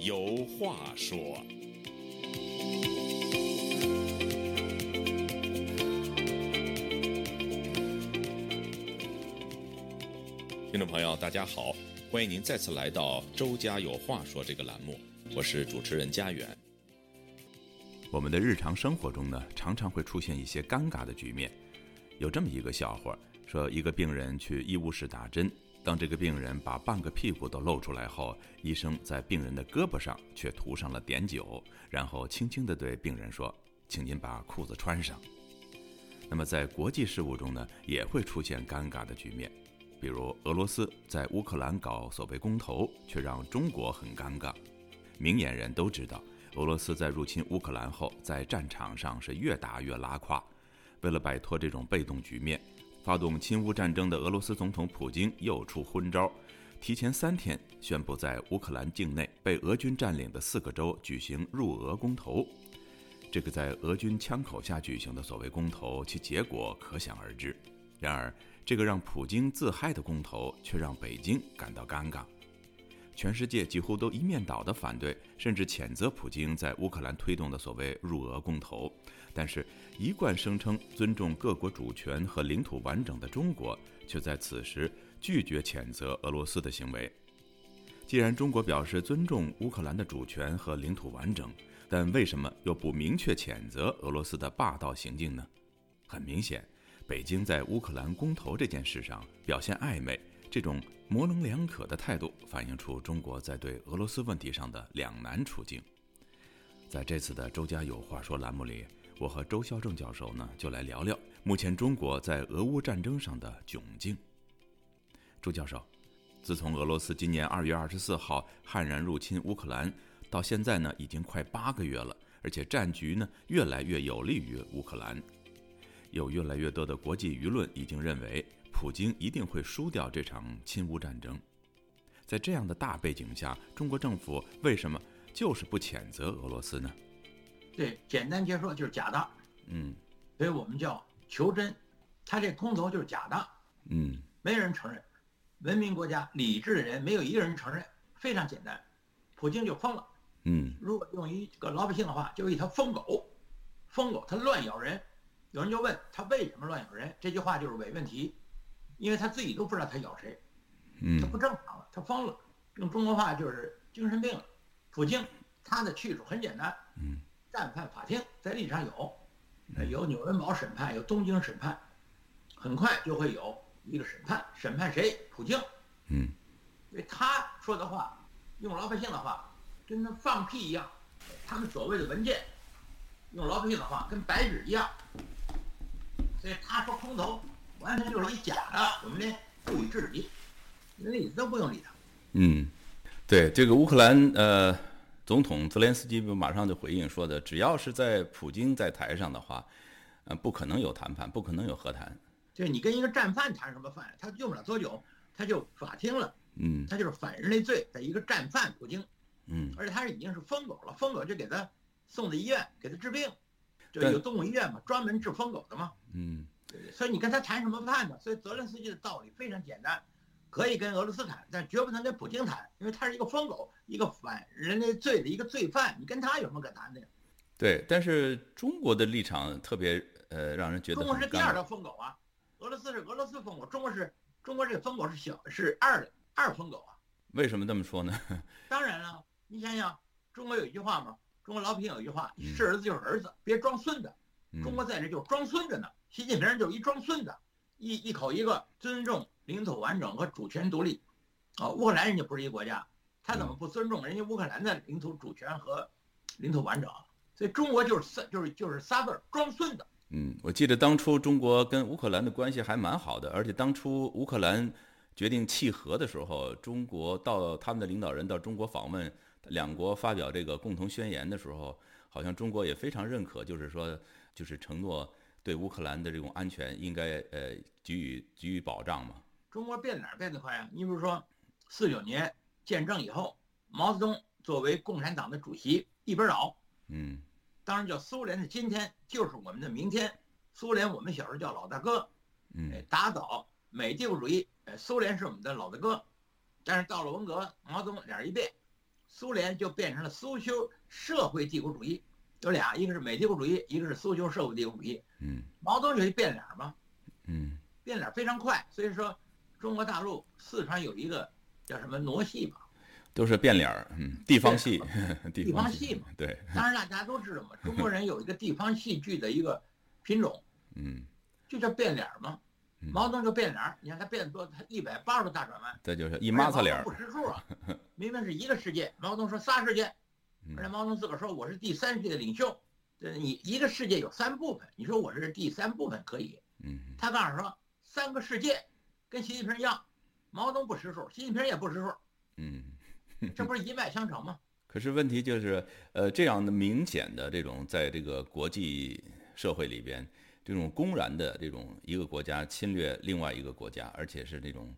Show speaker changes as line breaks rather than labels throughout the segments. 有话说。听众朋友，大家好，欢迎您再次来到《周家有话说》这个栏目，我是主持人佳远。
我们的日常生活中呢，常常会出现一些尴尬的局面。有这么一个笑话，说一个病人去医务室打针，当这个病人把半个屁股都露出来后，医生在病人的胳膊上却涂上了碘酒，然后轻轻地对病人说：“请您把裤子穿上。”那么在国际事务中呢，也会出现尴尬的局面，比如俄罗斯在乌克兰搞所谓公投，却让中国很尴尬。明眼人都知道，俄罗斯在入侵乌克兰后，在战场上是越打越拉胯。为了摆脱这种被动局面，发动侵乌战争的俄罗斯总统普京又出昏招，提前三天宣布在乌克兰境内被俄军占领的四个州举行入俄公投。这个在俄军枪口下举行的所谓公投，其结果可想而知。然而，这个让普京自嗨的公投，却让北京感到尴尬。全世界几乎都一面倒的反对，甚至谴责普京在乌克兰推动的所谓入俄公投。但是，一贯声称尊重各国主权和领土完整的中国，却在此时拒绝谴责俄罗斯的行为。既然中国表示尊重乌克兰的主权和领土完整，但为什么又不明确谴责俄罗斯的霸道行径呢？很明显，北京在乌克兰公投这件事上表现暧昧，这种模棱两可的态度，反映出中国在对俄罗斯问题上的两难处境。在这次的“周家有话说”栏目里，我和周孝正教授呢就来聊聊目前中国在俄乌战争上的窘境。周教授，自从俄罗斯今年二月二十四号悍然入侵乌克兰到现在呢，已经快八个月了，而且战局呢越来越有利于乌克兰。有越来越多的国际舆论已经认为，普京一定会输掉这场侵乌战争。在这样的大背景下，中国政府为什么就是不谴责俄罗斯呢？
对，简单接说就是假的，
嗯
所以我们叫求真。他这空头就是假的，
嗯
没人承认。文明国家、理智的人没有一个人承认，非常简单。普京就疯了。
嗯
如果用一个老百姓的话，就是一条疯狗。疯狗它乱咬人，有人就问他为什么乱咬人？这句话就是伪问题，因为他自己都不知道他咬谁，他
嗯
不正常了，他疯了。用中国话就是精神病了。普京他的去处很简单，
嗯，
战犯法庭在历史上有，呃有纽伦堡审判，有东京审判，很快就会有一个审判，审判谁？普京，
嗯
因为他说的话，用老百姓的话，跟他放屁一样。他们所谓的文件，用老百姓的话，跟白纸一样。所以他说空头，完全就是一假的，我们呢不予置疑，连理都不用理他。
嗯，对这个乌克兰呃总统泽连斯基马上就回应说的，只要是在普京在台上的话，呃，不可能有谈判，不可能有和谈。
就是你跟一个战犯谈什么饭，他用不了多久，他就法庭了，
嗯
他就是反人类罪的一个战犯普京。
嗯
而且他是已经是疯狗了，疯狗就给他送到医院给他治病，就
对
有动物医院嘛，专门治疯狗的嘛。
嗯
对不对所以你跟他谈什么判呢？所以泽连斯基的道理非常简单，可以跟俄罗斯谈，但绝不能跟普京谈，因为他是一个疯狗，一个反人类罪的一个罪犯，你跟他有什么可谈的呀？
对，但是中国的立场特别呃，让人觉得
中国
很
是第
尴
二
尬。
条疯狗啊，俄罗斯是俄罗斯疯狗，中国是中国这个疯狗是小是二二疯狗啊。
为什么这么说呢？
当然了，你想想，中国有一句话嘛，中国老百姓有一句话，
嗯
是儿子就是儿子，别装孙子。
嗯
中国在这就是装孙子呢，习近平就是一装孙子，一一口一个尊重领土完整和主权独立，啊，乌克兰人家不是一个国家，他怎么
嗯
不尊重人家乌克兰的领土主权和领土完整？所以中国就是仨就是就是仨字儿装孙子。
嗯，我记得当初中国跟乌克兰的关系还蛮好的，而且当初乌克兰决定契合的时候，中国到他们的领导人到中国访问，两国发表这个共同宣言的时候，好像中国也非常认可，就是说，就是承诺对乌克兰的这种安全应该呃给予给予保障嘛。
中国变哪儿变得快啊？你比如说，四九年建政以后，毛泽东作为共产党的主席一边倒，
嗯
当然叫苏联的今天就是我们的明天。苏联我们小时候叫老大哥，哎
嗯，
打倒美哎帝国主义，呃，苏联是我们的老大哥。但是到了文革，毛泽东脸儿一变，苏联就变成了苏修社会帝国主义，有俩，一个是美帝国主义，一个是苏修社会帝国主义。
嗯
毛泽东就变脸嘛，
嗯
变脸非常快，所以说中国大陆四川有一个叫什么傩戏嘛，
都是变脸儿，嗯，地方戏， 地
地方
戏
戏嘛，
对，
当然大家都知道嘛，中国人有一个地方戏剧的一个品种，
嗯，
就叫变脸嘛。
嗯
毛泽东就变脸，你看他变多，他一百八十度大转弯，
再就是一抹擦脸
而
儿
且毛，泽东不识数啊，明明是一个世界，毛泽东说仨世界，而且
嗯
毛泽东自个儿说我是第三世界的领袖，对你一个世界有三部分，你说我是第三部分可以，
嗯
他告诉说三个世界跟习近平一样，毛泽东不识数，习近平也不识数，
嗯。
这不是一脉相承吗？
可是问题就是，呃，这样的明显的这种在这个国际社会里边，这种公然的这种一个国家侵略另外一个国家，而且是这种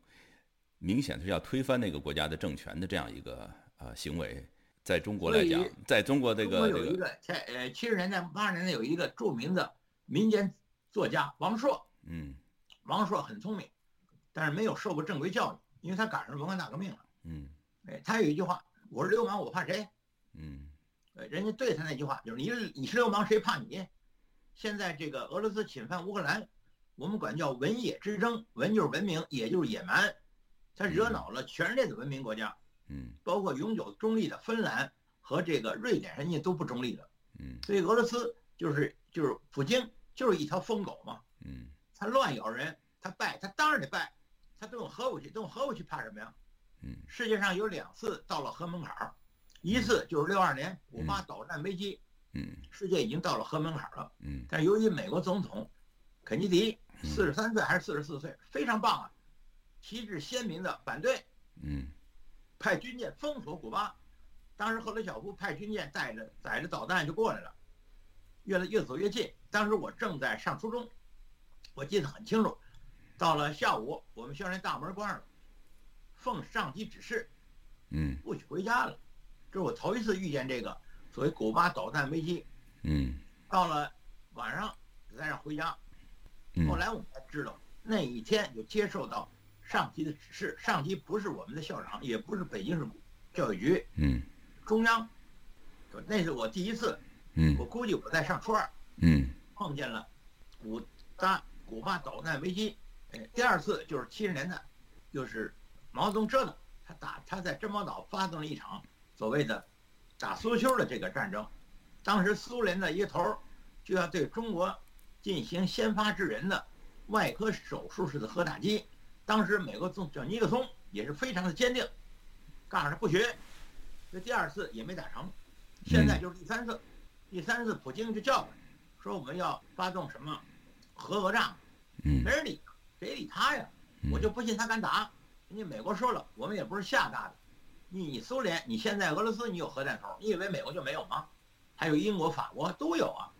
明显是要推翻那个国家的政权的这样一个呃行为，在中国来讲
所以，
在中国这
中国
个
有
这
一
个，
个在呃七十年代八十年代有一个著名的民间作家王朔，
嗯
王朔很聪明，但是没有受过正规教育，因为他赶上文化大革命了。
嗯
哎，他有一句话：“我是流氓，我怕谁
嗯？”
呃，人家对他那句话就是：“你是你是流氓，谁怕你？”现在这个俄罗斯侵犯乌克兰，我们管叫文野之争，文就是文明，野就是野蛮，他惹恼了全世界的文明国家，
嗯
包括永久中立的芬兰和这个瑞典，人家都不中立的。
嗯
所以俄罗斯就是就是普京就是一条疯狗嘛，
嗯
他乱咬人，他败，他当然得败，他动用核武器，动用核武器怕什么呀？
嗯
世界上有两次到了核门槛儿，一次就是六二年古巴导弹危机，
嗯
世界已经到了核门槛儿了。
嗯
但由于美国总统肯尼迪四十三岁还是四十四岁，非常棒啊，旗帜鲜明的反对，
嗯
派军舰封锁古巴。当时赫鲁晓夫派军舰带着载着导弹就过来了，越来越走越近。当时我正在上初中，我记得很清楚。到了下午，我们学校那大门关上了，奉上级指示，
嗯
不许回家了。这是我头一次遇见这个所谓古巴导弹危机。
嗯
到了晚上才让回家，后
嗯
来我们才知道，那一天就接受到上级的指示，上级不是我们的校长，也不是北京市教育局，
嗯
中央，那是我第一次，我
嗯
估计我在上初二
嗯
碰见了古巴古巴导弹危机。哎，第二次就是七十年代，就是毛泽东折腾，他打他在珍宝岛发动了一场所谓的打苏修的这个战争。当时苏联的一个头儿就要对中国进行先发制人的外科手术式的核打击。当时美国总统尼克松也是非常的坚定，告诉他不许。这第二次也没打成，现在就是第三次。第三次普京就叫过来，说我们要发动什么核讹诈，没
嗯
人理，谁理他呀？我就不信他敢打。人家美国说了，我们也不是吓大的。你你苏联，你现在俄罗斯你有核弹头，你以为美国就没有吗？还有英国、法国都有啊。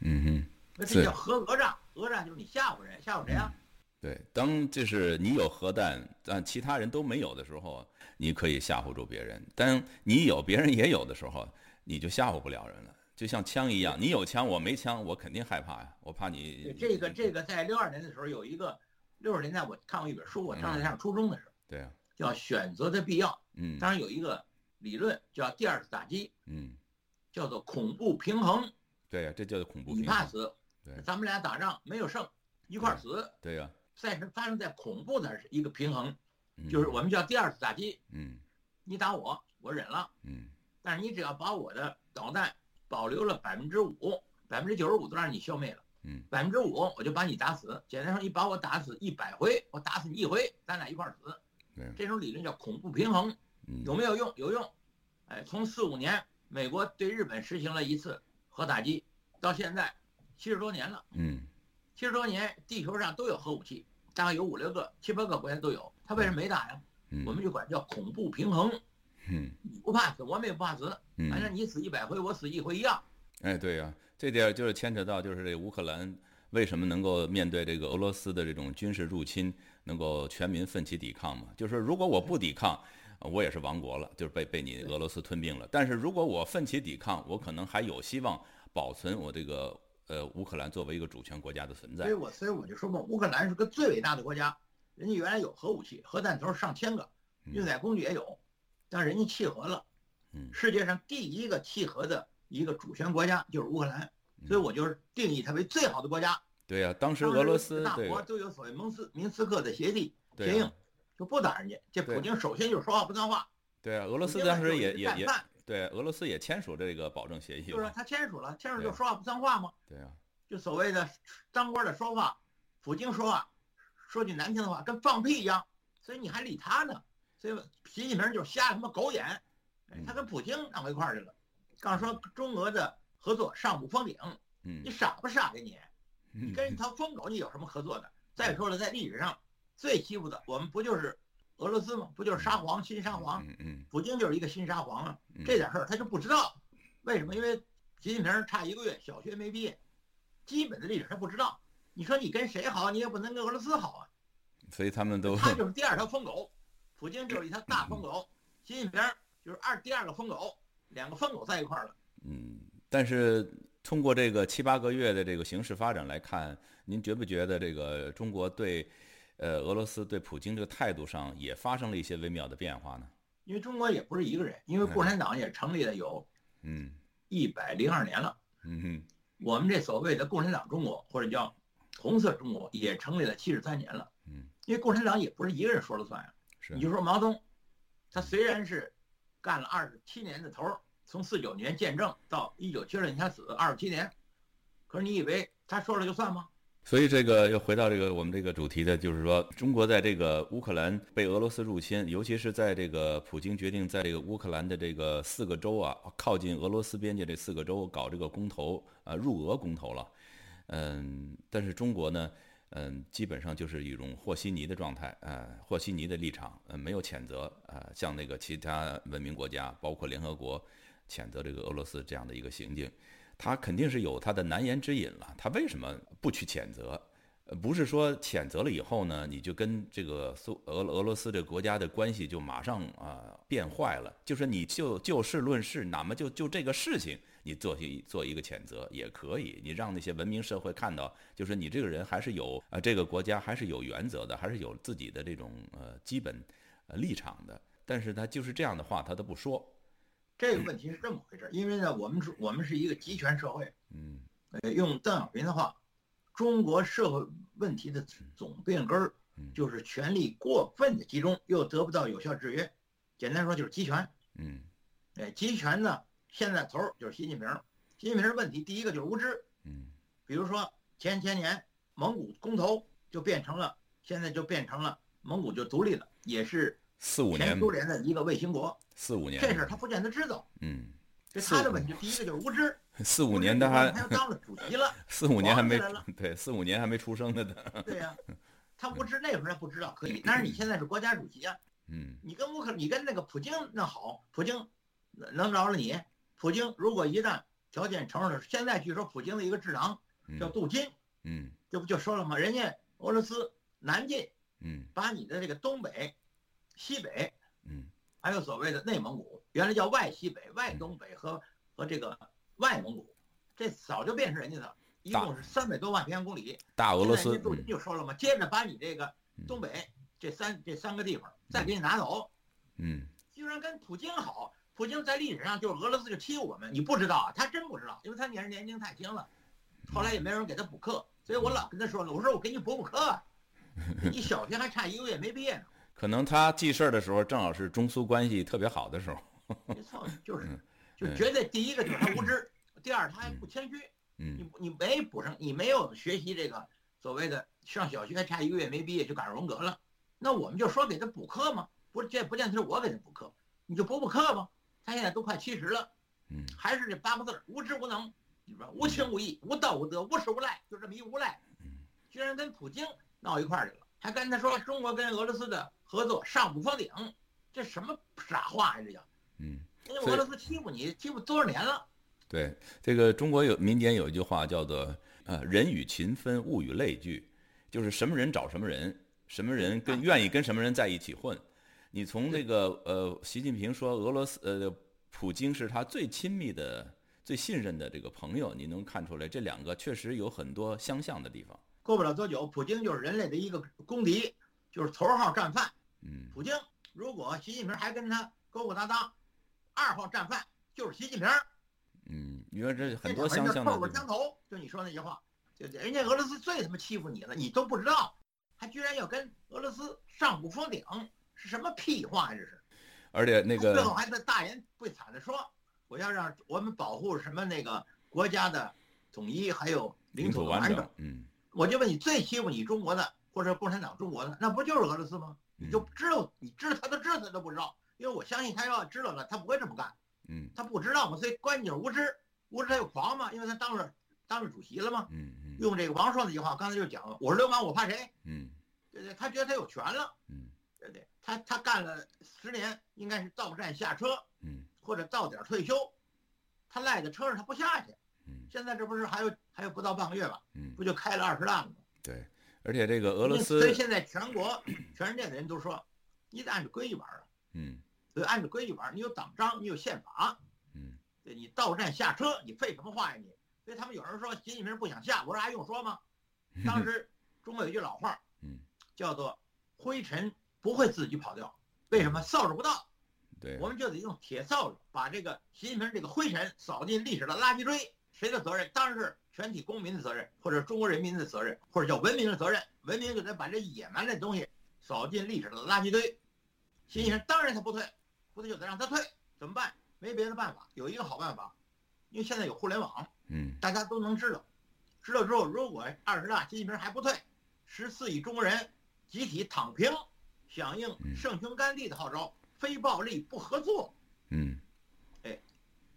嗯嗯。
那
是嗯
这叫核讹诈，讹诈就是你吓唬人，吓唬谁啊？
对，当就是你有核弹，但其他人都没有的时候，你可以吓唬住别人；当你有，别人也有的时候，你就吓唬不了人了。就像枪一样，你有枪，我没枪，我肯定害怕呀，我怕
对
你。
这个这个，在六二年的时候有一个，六十年代我看过一本书，我当时上初中的时候
对啊，
叫《选择的必要》，
嗯
当然有一个理论叫第二次打击，
嗯，
叫做恐怖平衡，
对呀、这就是恐怖
你
平
怕
衡。
死
对，
咱们俩打仗没有胜，一块儿死，
对呀、
但是发生在恐怖的一个平衡，
嗯
就是我们叫第二次打击，
嗯
你打我，我忍了，
嗯
但是你只要把我的导弹保留了百分之五，百分之九十五都让你消灭了，
嗯，
百分之五我就把你打死。简单说，你把我打死一百回，我打死你一回，咱俩一块儿死
对。
这种理论叫恐怖平衡，
嗯
有没有用？有用。哎，从四五年美国对日本实行了一次核打击，到现在七十多年了。
嗯
七十多年，地球上都有核武器，大概有五六个、七八个国家都有。他为什么没打呀？
嗯，
我们就管叫恐怖平衡。
嗯
你不怕死，我们也不怕死，
嗯
反正你死一百回，我死一回一样。
哎，对呀、这点儿就是牵扯到，就是这乌克兰为什么能够面对这个俄罗斯的这种军事入侵，能够全民奋起抵抗嘛？就是如果我不抵抗，呃我也是亡国了，就是被被你俄罗斯吞并了。但是如果我奋起抵抗，我可能还有希望保存我这个呃乌克兰作为一个主权国家的存
所
在
以。我所以我就说嘛，乌克兰是个最伟大的国家，人家原来有核武器，核弹头上千个，
嗯
运载工具也有，但人家弃核了。
嗯
世界上第一个契合的一个主权国家就是乌克兰，所以我就是定义它为最好的国家。
对呀、当时
当时
嗯俄罗斯
大
对
国都有所谓蒙斯明斯克的协定，
对
协
呀、
定就不打人家。这
对
普京首先就是说话不算话，
对呀、俄
俄
罗斯当时也也也
战犯，
对俄罗斯也签署这个保证协议
就是
了，
他签署了，签署就
对
说话不算话嘛，
对呀、
就所谓的当官的说话，普京说话，说句难听的话，跟放屁一样，所以你还理他呢？所以习近平就瞎他妈狗眼，哎他
嗯
跟普京弄到一块儿去了。刚说中俄的合作上不封顶，你
嗯，
傻不傻呀你？你跟一
嗯
条疯狗你有什么合作的？再说了，在历史上最欺负的，我们不就是俄罗斯吗？不就是沙皇新沙皇？
嗯嗯
普京就是一个新沙皇啊，
嗯，
这点事儿他就不知道。为什么？因为习近平差一个月，小学没毕业，基本的历史他不知道。你说你跟谁好，你也不能跟俄罗斯好啊。
所以他们都
他就是第二条疯狗，普京就是一条大疯狗，习近平就是二第二个疯狗，两个疯狗在一块儿了。
嗯，但是通过这个七八个月的这个形势发展来看，您觉不觉得这个中国对呃俄罗斯对普京这个态度上也发生了一些微妙的变化呢？
因为中国也不是一个人，因为共产党也成立了有
嗯
一百零二年了。
嗯哼
我们这所谓的共产党中国，或者叫红色中国，也成立了七十三年了。
嗯，
因为共产党也不是一个人说了算啊。
是
你就说毛泽东，他虽然是干了二十七年的头儿，从四九年建政到一九七六年他死，二十七年，可是你以为他说了就算吗？
所以这个又回到这个我们这个主题的，就是说中国在这个乌克兰被俄罗斯入侵，尤其是在这个普京决定在这个乌克兰的这个四个州啊，靠近俄罗斯边界这四个州搞这个公投啊，入俄公投了。嗯，但是中国呢，嗯，基本上就是一种和稀泥的状态，呃，和稀泥的立场，呃，没有谴责，呃，像那个其他文明国家，包括联合国，谴责这个俄罗斯这样的一个行径。他肯定是有他的难言之隐了。他为什么不去谴责？呃不是说谴责了以后呢，你就跟这个苏俄俄罗斯这个国家的关系就马上啊、变坏了。就是你就就事论事，哪么就就这个事情，你做一做一个谴责也可以。你让那些文明社会看到，就是你这个人还是有啊、这个国家还是有原则的，还是有自己的这种呃基本呃立场的。但是他就是这样的话，他都不说。
这个问题是这么回事儿，因为呢，我们是我们是一个集权社会，
嗯
呃，用邓小平的话，中国社会问题的总病根儿
嗯
就是权力过分的集中，又得不到有效制约。简单说就是集权。
嗯
哎，集权呢，现在头儿就是习近平。习近平的问题第一个就是无知，
嗯
比如说前前年蒙古公投就变成了，现在就变成了蒙古就独立了，也是
四五
前
年，
苏联的一个卫星国。
四五年，
这事儿他不见得知道，
嗯。
这
是
他的问题第一个就是无知。
四五
无知
年
以
他
后
还
他又当了主席了，
四五年还没
忙起来了
对四五年还没出生呢的，
对 呀、他无知那会儿他不知道可以，但是你现在是国家主席啊，
嗯
你跟乌克，你跟那个普京那好，普京能能饶了你？普京如果一旦条件承认了，现在据说普京的一个智囊叫
嗯
杜金，
嗯
这不就说了吗？人家俄罗斯南进
嗯
把你的这个东北、西北，
嗯
还有所谓的内蒙古，原来叫外西北、外东北和和这个外蒙古，这早就变成人家的，一
大
共是三百多万平方公里。
大俄
现
罗
在人
斯
家，杜金就说了嘛，接着把你这个
嗯
东北这三这三个地方再给你拿走。
嗯
居然跟普京好。普京在历史上就是俄罗斯就欺负我们，你不知道啊，他真不知道，因为他年年轻太轻了，后来也没有人给他补课，所以我老跟他说了，我说我给你补补课 啊，你小学还差一个月没毕业呢，
可能他记事儿的时候正好是中苏关系特别好的时候，
没错，就是
嗯
就绝对第一个就是他无知，第二他还不谦虚，你
嗯
不你没补上，你没有学习这个所谓的上小学还差一个月没毕业就赶上文革了，那我们就说给他补课嘛，不是这不见得是我给他补课，你就补补课吧，他现在都快七十了。
嗯
还是这八个字儿：无知无能，你说无情无义、无道无德、无耻无赖，就这么一无赖
嗯，
居然跟普京闹一块儿去了，还跟他说中国跟俄罗斯的合作上不封顶，这什么傻话呀、这叫
嗯，
人家
所以
俄罗斯欺负你欺负多少年了？
对，这个中国有民间有一句话叫做呃人与群分，物与类聚，就是什么人找什么人，什么人跟愿意跟什么人在一起混。你从这个呃，习近平说俄罗斯呃，普京是他最亲密的、最信任的这个朋友，你能看出来这两个确实有很多相像的地方。
过不了多久，普京就是人类的一个公敌，就是头号战犯。
嗯
普京如果习近平还跟他勾勾搭搭，二号战犯就是习近平。
嗯，你说这很多
这两
相像的
个人就扣
地
着相
方，
头，就你说那句话，就人家俄罗斯最他妈欺负你了，你都不知道，还居然要跟俄罗斯上不封顶，是什么屁话这是？
而且那
最后
个
还在大言不惭的说，我要让我们保护什么那个国家的统一，还有领
领
土
土
的
完
完
整。，嗯，
我就问你，最欺负你中国的，或者共产党中国的，那不就是俄罗斯吗？你就
嗯
知道，你知道他都知道，他都不知道，因为我相信他要知道了，他不会这么干。
嗯
他不知道嘛，所以关键就是无知，无知他又狂嘛，因为他当了当了主席了嘛。
嗯嗯
用这个王朔那句话，刚才就讲了，我是流氓，我怕谁？
嗯
对不对？他觉得他有权了，
嗯
对不对？他他干了十年，应该是到站下车
嗯
或者到点退休，他赖在车上他不下去。
嗯
现在这不是还有还有不到半个月吧，
嗯，
不就开了二十万吗？
对，而且这个俄罗
嗯所以
斯，
现在全国全世界的人都说，你得按照规矩玩啊，
嗯
得按照规矩玩。你有党章，你有宪法，
嗯
对你到站下车，你废什么话呀你？所以他们有人说习近平不想下，我说还用说吗？当时中国有句老话，
嗯，
叫做“灰尘不会自己跑掉”，为
嗯
什么？扫帚不到，
对啊
我，们就得用铁扫帚把这个习近平这个灰尘扫进历史的垃圾堆。谁的责任？当然是全体公民的责任，或者中国人民的责任，或者叫文明的责任。文明就得把这野蛮的东西扫进历史的垃圾堆。习近平当然他不退，不退就得让他退，怎么办？没别的办法，有一个好办法，因为现在有互联网，
嗯
大家都能知道。知道之后，如果二十大习近平还不退，十四亿中国人集体躺平，响应
嗯
圣雄甘地的号召，非暴力不合作。
嗯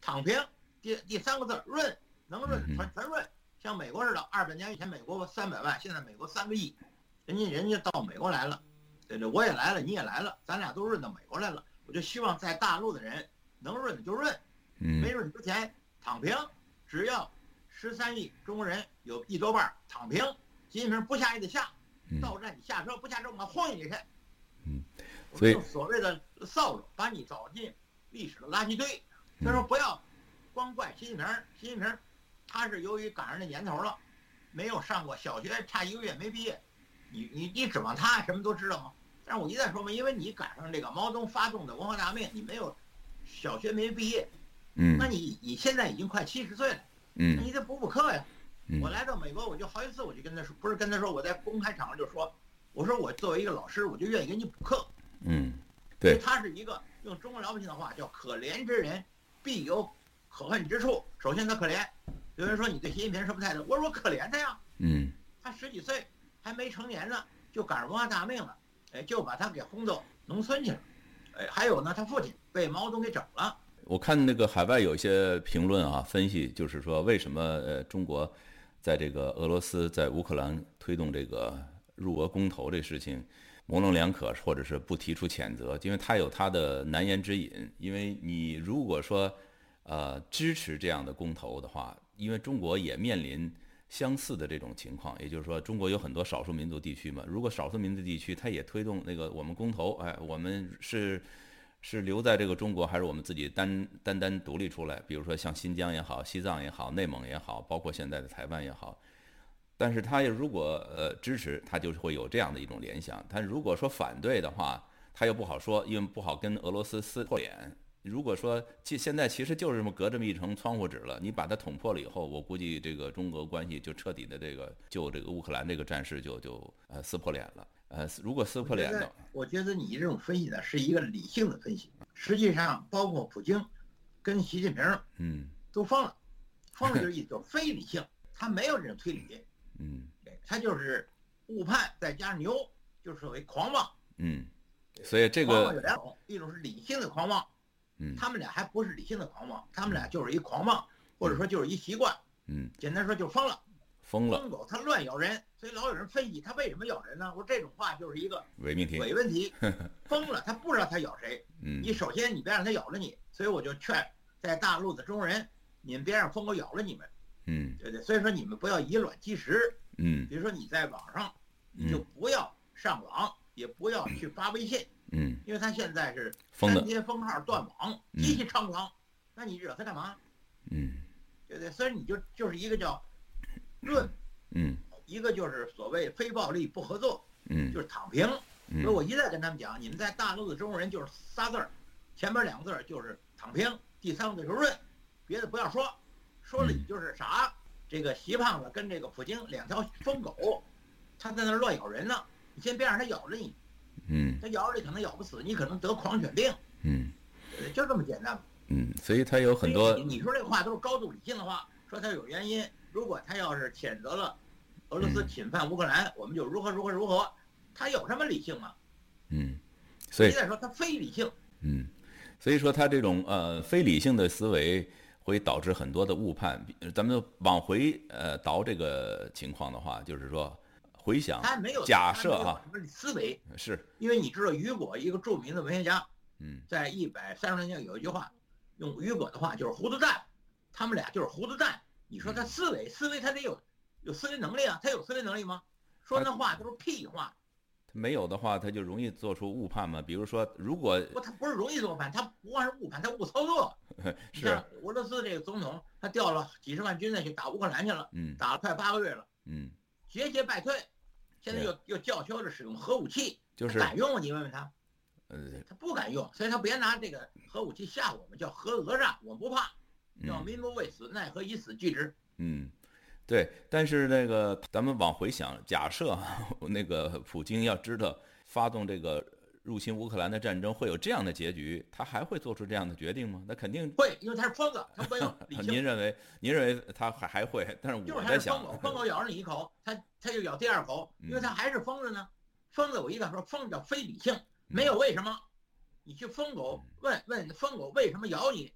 躺平，第第三个字儿润，能润
嗯哼
全全润，像美国似的，二百年以前美国三百万，现在美国三个亿，人家人家到美国来了，对对，我也来了，你也来了，咱俩都润到美国来了，我就希望在大陆的人能润的就润，没
嗯
润之前躺平，只要十三亿中国人有一多半儿躺平，习近平不下也得下，
嗯，
到站你下车，不下车我们轰你去。
嗯，
我
所以
们用所谓的扫帚把你扫进历史的垃圾堆。
嗯
所以说不要光怪习近平，习近平他是由于赶上那年头了，没有上过小学，差一个月没毕业，你你你指望他什么都知道吗？但是我一再说嘛，因为你赶上这个毛泽东发动的文化大革命，你没有小学没毕业，
嗯
那你你现在已经快七十岁了，那
嗯
你得补补课呀。
嗯
我来到美国，我就好几次我就跟他说，不是跟他说，我在公开场合就说，我说我作为一个老师，我就愿意给你补课。
嗯，
因
对
为他是一个用中国老百姓的话叫“可怜之人必有可恨之处”。首先他可怜，有人说你对习近平什么态度？我说我可怜他呀，
嗯
他十几岁还没成年呢，就赶上文化大革命了，哎，就把他给轰到农村去了。哎，还有呢，他父亲被毛泽东给整了。
我看那个海外有一些评论啊，分析就是说，为什么呃中国在这个俄罗斯在乌克兰推动这个入俄公投这事情模棱两可，或者是不提出谴责，因为他有他的难言之隐。因为你如果说呃支持这样的公投的话，因为中国也面临相似的这种情况，也就是说，中国有很多少数民族地区嘛。如果少数民族地区它也推动那个我们公投，哎，我们是是留在这个中国，还是我们自己单单单独立出来？比如说像新疆也好，西藏也好，内蒙也好，包括现在的台湾也好。但是他也如果呃支持，他就是会有这样的一种联想；他如果说反对的话，他又不好说，因为不好跟俄罗斯撕破脸。如果说其现在其实就是这么隔这么一层窗户纸了，你把它捅破了以后，我估计这个中俄关系就彻底的这个就这个乌克兰这个战事就就呃撕破脸了。呃，如果撕破脸的，
我觉得你这种分析呢是一个理性的分析，实际上包括普京跟习近平
嗯
都疯了，疯了就是一种非理性，他没有这种推理。
嗯
他就是误判，再加上牛，就是所谓狂妄。
嗯，所以这
狂妄有
个
两种，一种是理性的狂妄，
嗯
他们俩还不是理性的狂妄，他们俩就是一狂妄，或者说就是一习惯。
嗯
简单说就是疯了，
疯了，
疯狗它乱咬人，所以老有人分析它为什么咬人呢？我说这种话就是一个
伪命题，
伪问 题，疯了他不知道它咬谁，
嗯
你首先你别让它咬了你，所以我就劝在大陆的中国人，你们别让疯狗咬了你们，
嗯
对不对？所以说你们不要以卵击石，
嗯
比如说你在网上，你
嗯
就不要上网，也不要去发微信，
嗯，
因为他现在是
疯
删
的，
帖封号断网，
嗯
极其猖狂。那你惹他干嘛？
嗯
对不对？所以你就就是一个叫论，
嗯
一个就是所谓非暴力不合作，
嗯
就是躺平。所以
嗯
我一再跟他们讲，你们在大陆的中国人就是仨字儿，前边两个字儿就是躺平；第三个就是润，别的不要说，说
嗯
了你就是傻。这个习胖子跟这个普京两条疯狗，他在那儿乱咬人呢，你先别让他咬着你，
嗯
他咬着你可能咬不死，你可能得狂犬病，
嗯
呃就这么简单。
嗯，所以他有很多
所以你你说这话都是高度理性的话，说他有原因。如果他要是谴责了俄罗斯
嗯
侵犯乌克兰，我们就如何如何如何，他有什么理性吗？
嗯，所以
你再说他非理性，
嗯，所以说他这种呃非理性的思维会导致很多的误判。呃咱们往回呃倒这个情况的话，就是说回想
他没有
假设啊，
他没有什么思维，
是
因为你知道雨果一个著名的文学家，
嗯
在一百三十年前有一句话，用雨果的话就是糊涂蛋，他们俩就是糊涂蛋。你说他思维，思维他得有有思维能力啊，他有思维能力吗？说那话都是屁话，
他没有的话，他就容易做出误判嘛。比如说，如果
不，他不是容易做反，他不光是误判，他误操作。你
是
像俄罗斯这个总统，他调了几十万军队去打乌克兰去了，
嗯
打了快八个月了，
嗯，
节节败退，现在又又叫嚣着使用核武器，
就是
他敢用吗？你问问他，
呃
他不敢用，所以他别拿这个核武器吓我们，叫核讹诈，我们不怕，叫
嗯
民不畏死，奈何以死惧之？
嗯，对，但是那个咱们往回想，假设 啊那个普京要知道发动这个入侵乌克兰的战争会有这样的结局，他还会做出这样的决定吗？那肯定，
会，因为他是疯子，他 没有理
啊您
性，
认为您认为他还还会，但是
就是
我
他
在
是疯
想
狗，，疯狗咬了你一口，他他就咬第二口，因为
嗯
他还是疯子呢。疯子我一个说，疯子叫非理性，没有为什么。你去疯狗
嗯
问问疯狗为什么咬你，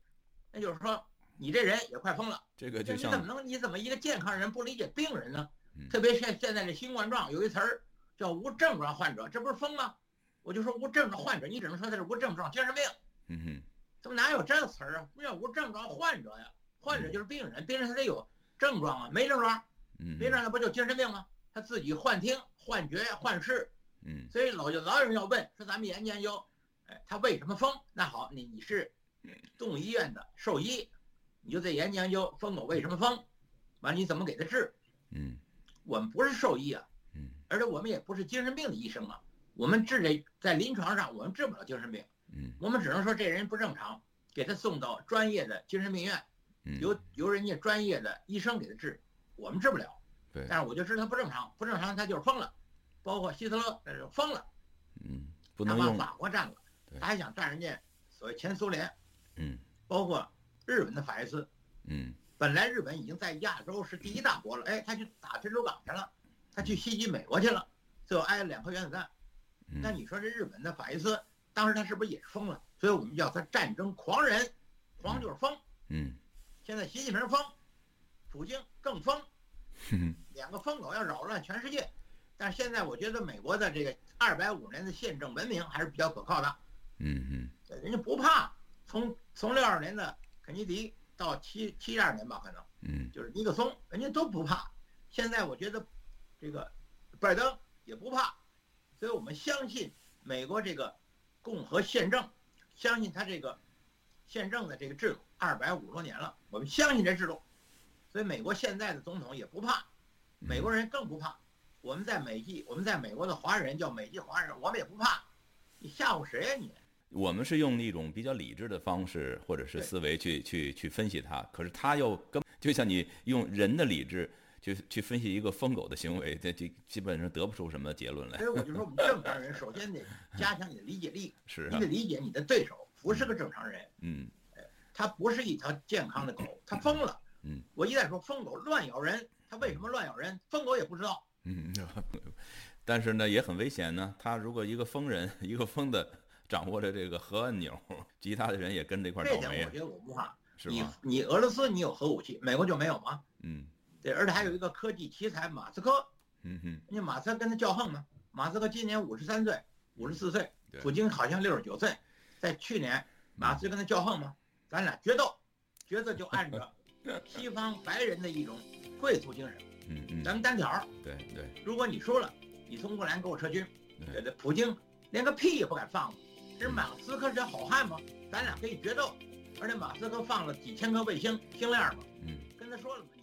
那就是说你这人也快疯了。
这个
这
就
你怎么
像
能你怎么一个健康人不理解病人呢
嗯？
特别现现在这新冠状有一词儿叫无症状患者，这不是疯吗？我就说无症状患者，你只能说他是无症状精神病，
嗯哼
怎么哪有这词儿啊？什么叫无症状患者呀？患者就是病人，病人他得有症状啊，没症状，
嗯
没症状不就精神病吗？他自己幻听、幻觉、幻视，
嗯
所以老就老有人要问说咱们研究研究，哎，他为什么疯？那好，你你是动物医院的兽医，你就得研究研究疯狗为什么疯，完了你怎么给它治？
嗯
我们不是兽医啊，
嗯
而且我们也不是精神病的医生啊，我们治这在临床上我们治不了精神病，
嗯
我们只能说这人不正常，给他送到专业的精神病院，
嗯，
由由人家专业的医生给他治，我们治不了。
对
但是我就知道他不正常，不正常他就是疯了，包括希特勒那是疯了。
嗯不
他
能
把
用
法国占了
对，
他还想占人家所谓前苏联，
嗯
包括日本的法西斯。
嗯
本来日本已经在亚洲是第一大国了，哎，他去打珍珠港去了，他去袭击美国去了，最后挨了两颗原子弹。那
嗯
你说这日本的法西斯，当时他是不是也疯了？所以我们叫他战争狂人，狂就是疯。
嗯
现在习近平疯，普京更疯，
哼哼
两个疯狗要扰乱全世界。但是现在我觉得美国的这个二百五年的宪政文明还是比较可靠的。
嗯嗯
人家不怕。从从六二年的肯尼迪到七七二年吧，可能
嗯
就是尼克松，人家都不怕。现在我觉得这个拜登也不怕，所以我们相信美国这个共和宪政，相信他这个宪政的这个制度，二百五十多年了，我们相信这制度。所以美国现在的总统也不怕，美国人更不怕。我们在美籍，我们在美国的华人叫美籍华人，我们也不怕。你吓唬谁呀、你？
我们是用一种比较理智的方式或者是
对
思维去去去分析它，可是它又根就像你用人的理智去去分析一个疯狗的行为，这这基本上得不出什么结论来
所。以我就说，我们正常人首先得加强你的理解力，
是
你
啊
得，理解你的对手不是个正常人，
嗯
他不是一条健康的狗，他疯了。
嗯，
我一再说疯狗乱咬人，他为什么乱咬人？疯狗也不知道。
嗯， 但是呢也很危险呢。他如果一个疯人，一个疯的掌握着这个核按钮，其他的人也跟着一块儿
这
倒
点
霉
我
啊，
觉得我不怕。
是
你
吗？
你俄罗斯你有核武器，美国就没有吗？
嗯
对，而且还有一个科技奇才马斯克，
嗯哼，
人家马斯克跟他较横嘛。马斯克今年五十三岁，五十四岁
对，
普京好像六十九岁，在去年马斯克跟他较横嘛，咱俩决斗，决斗就 按照西方白人的一种贵族精神，
嗯
咱
嗯，
们单挑儿，
对对，
如果你输了，你从乌克兰给我撤军
对，嗯
这这普京连个屁也不敢放了，这马斯克是好汉吗？咱俩可以决斗，而且马斯克放了几千颗卫星星链儿嘛，
嗯。
跟他说了嘛。你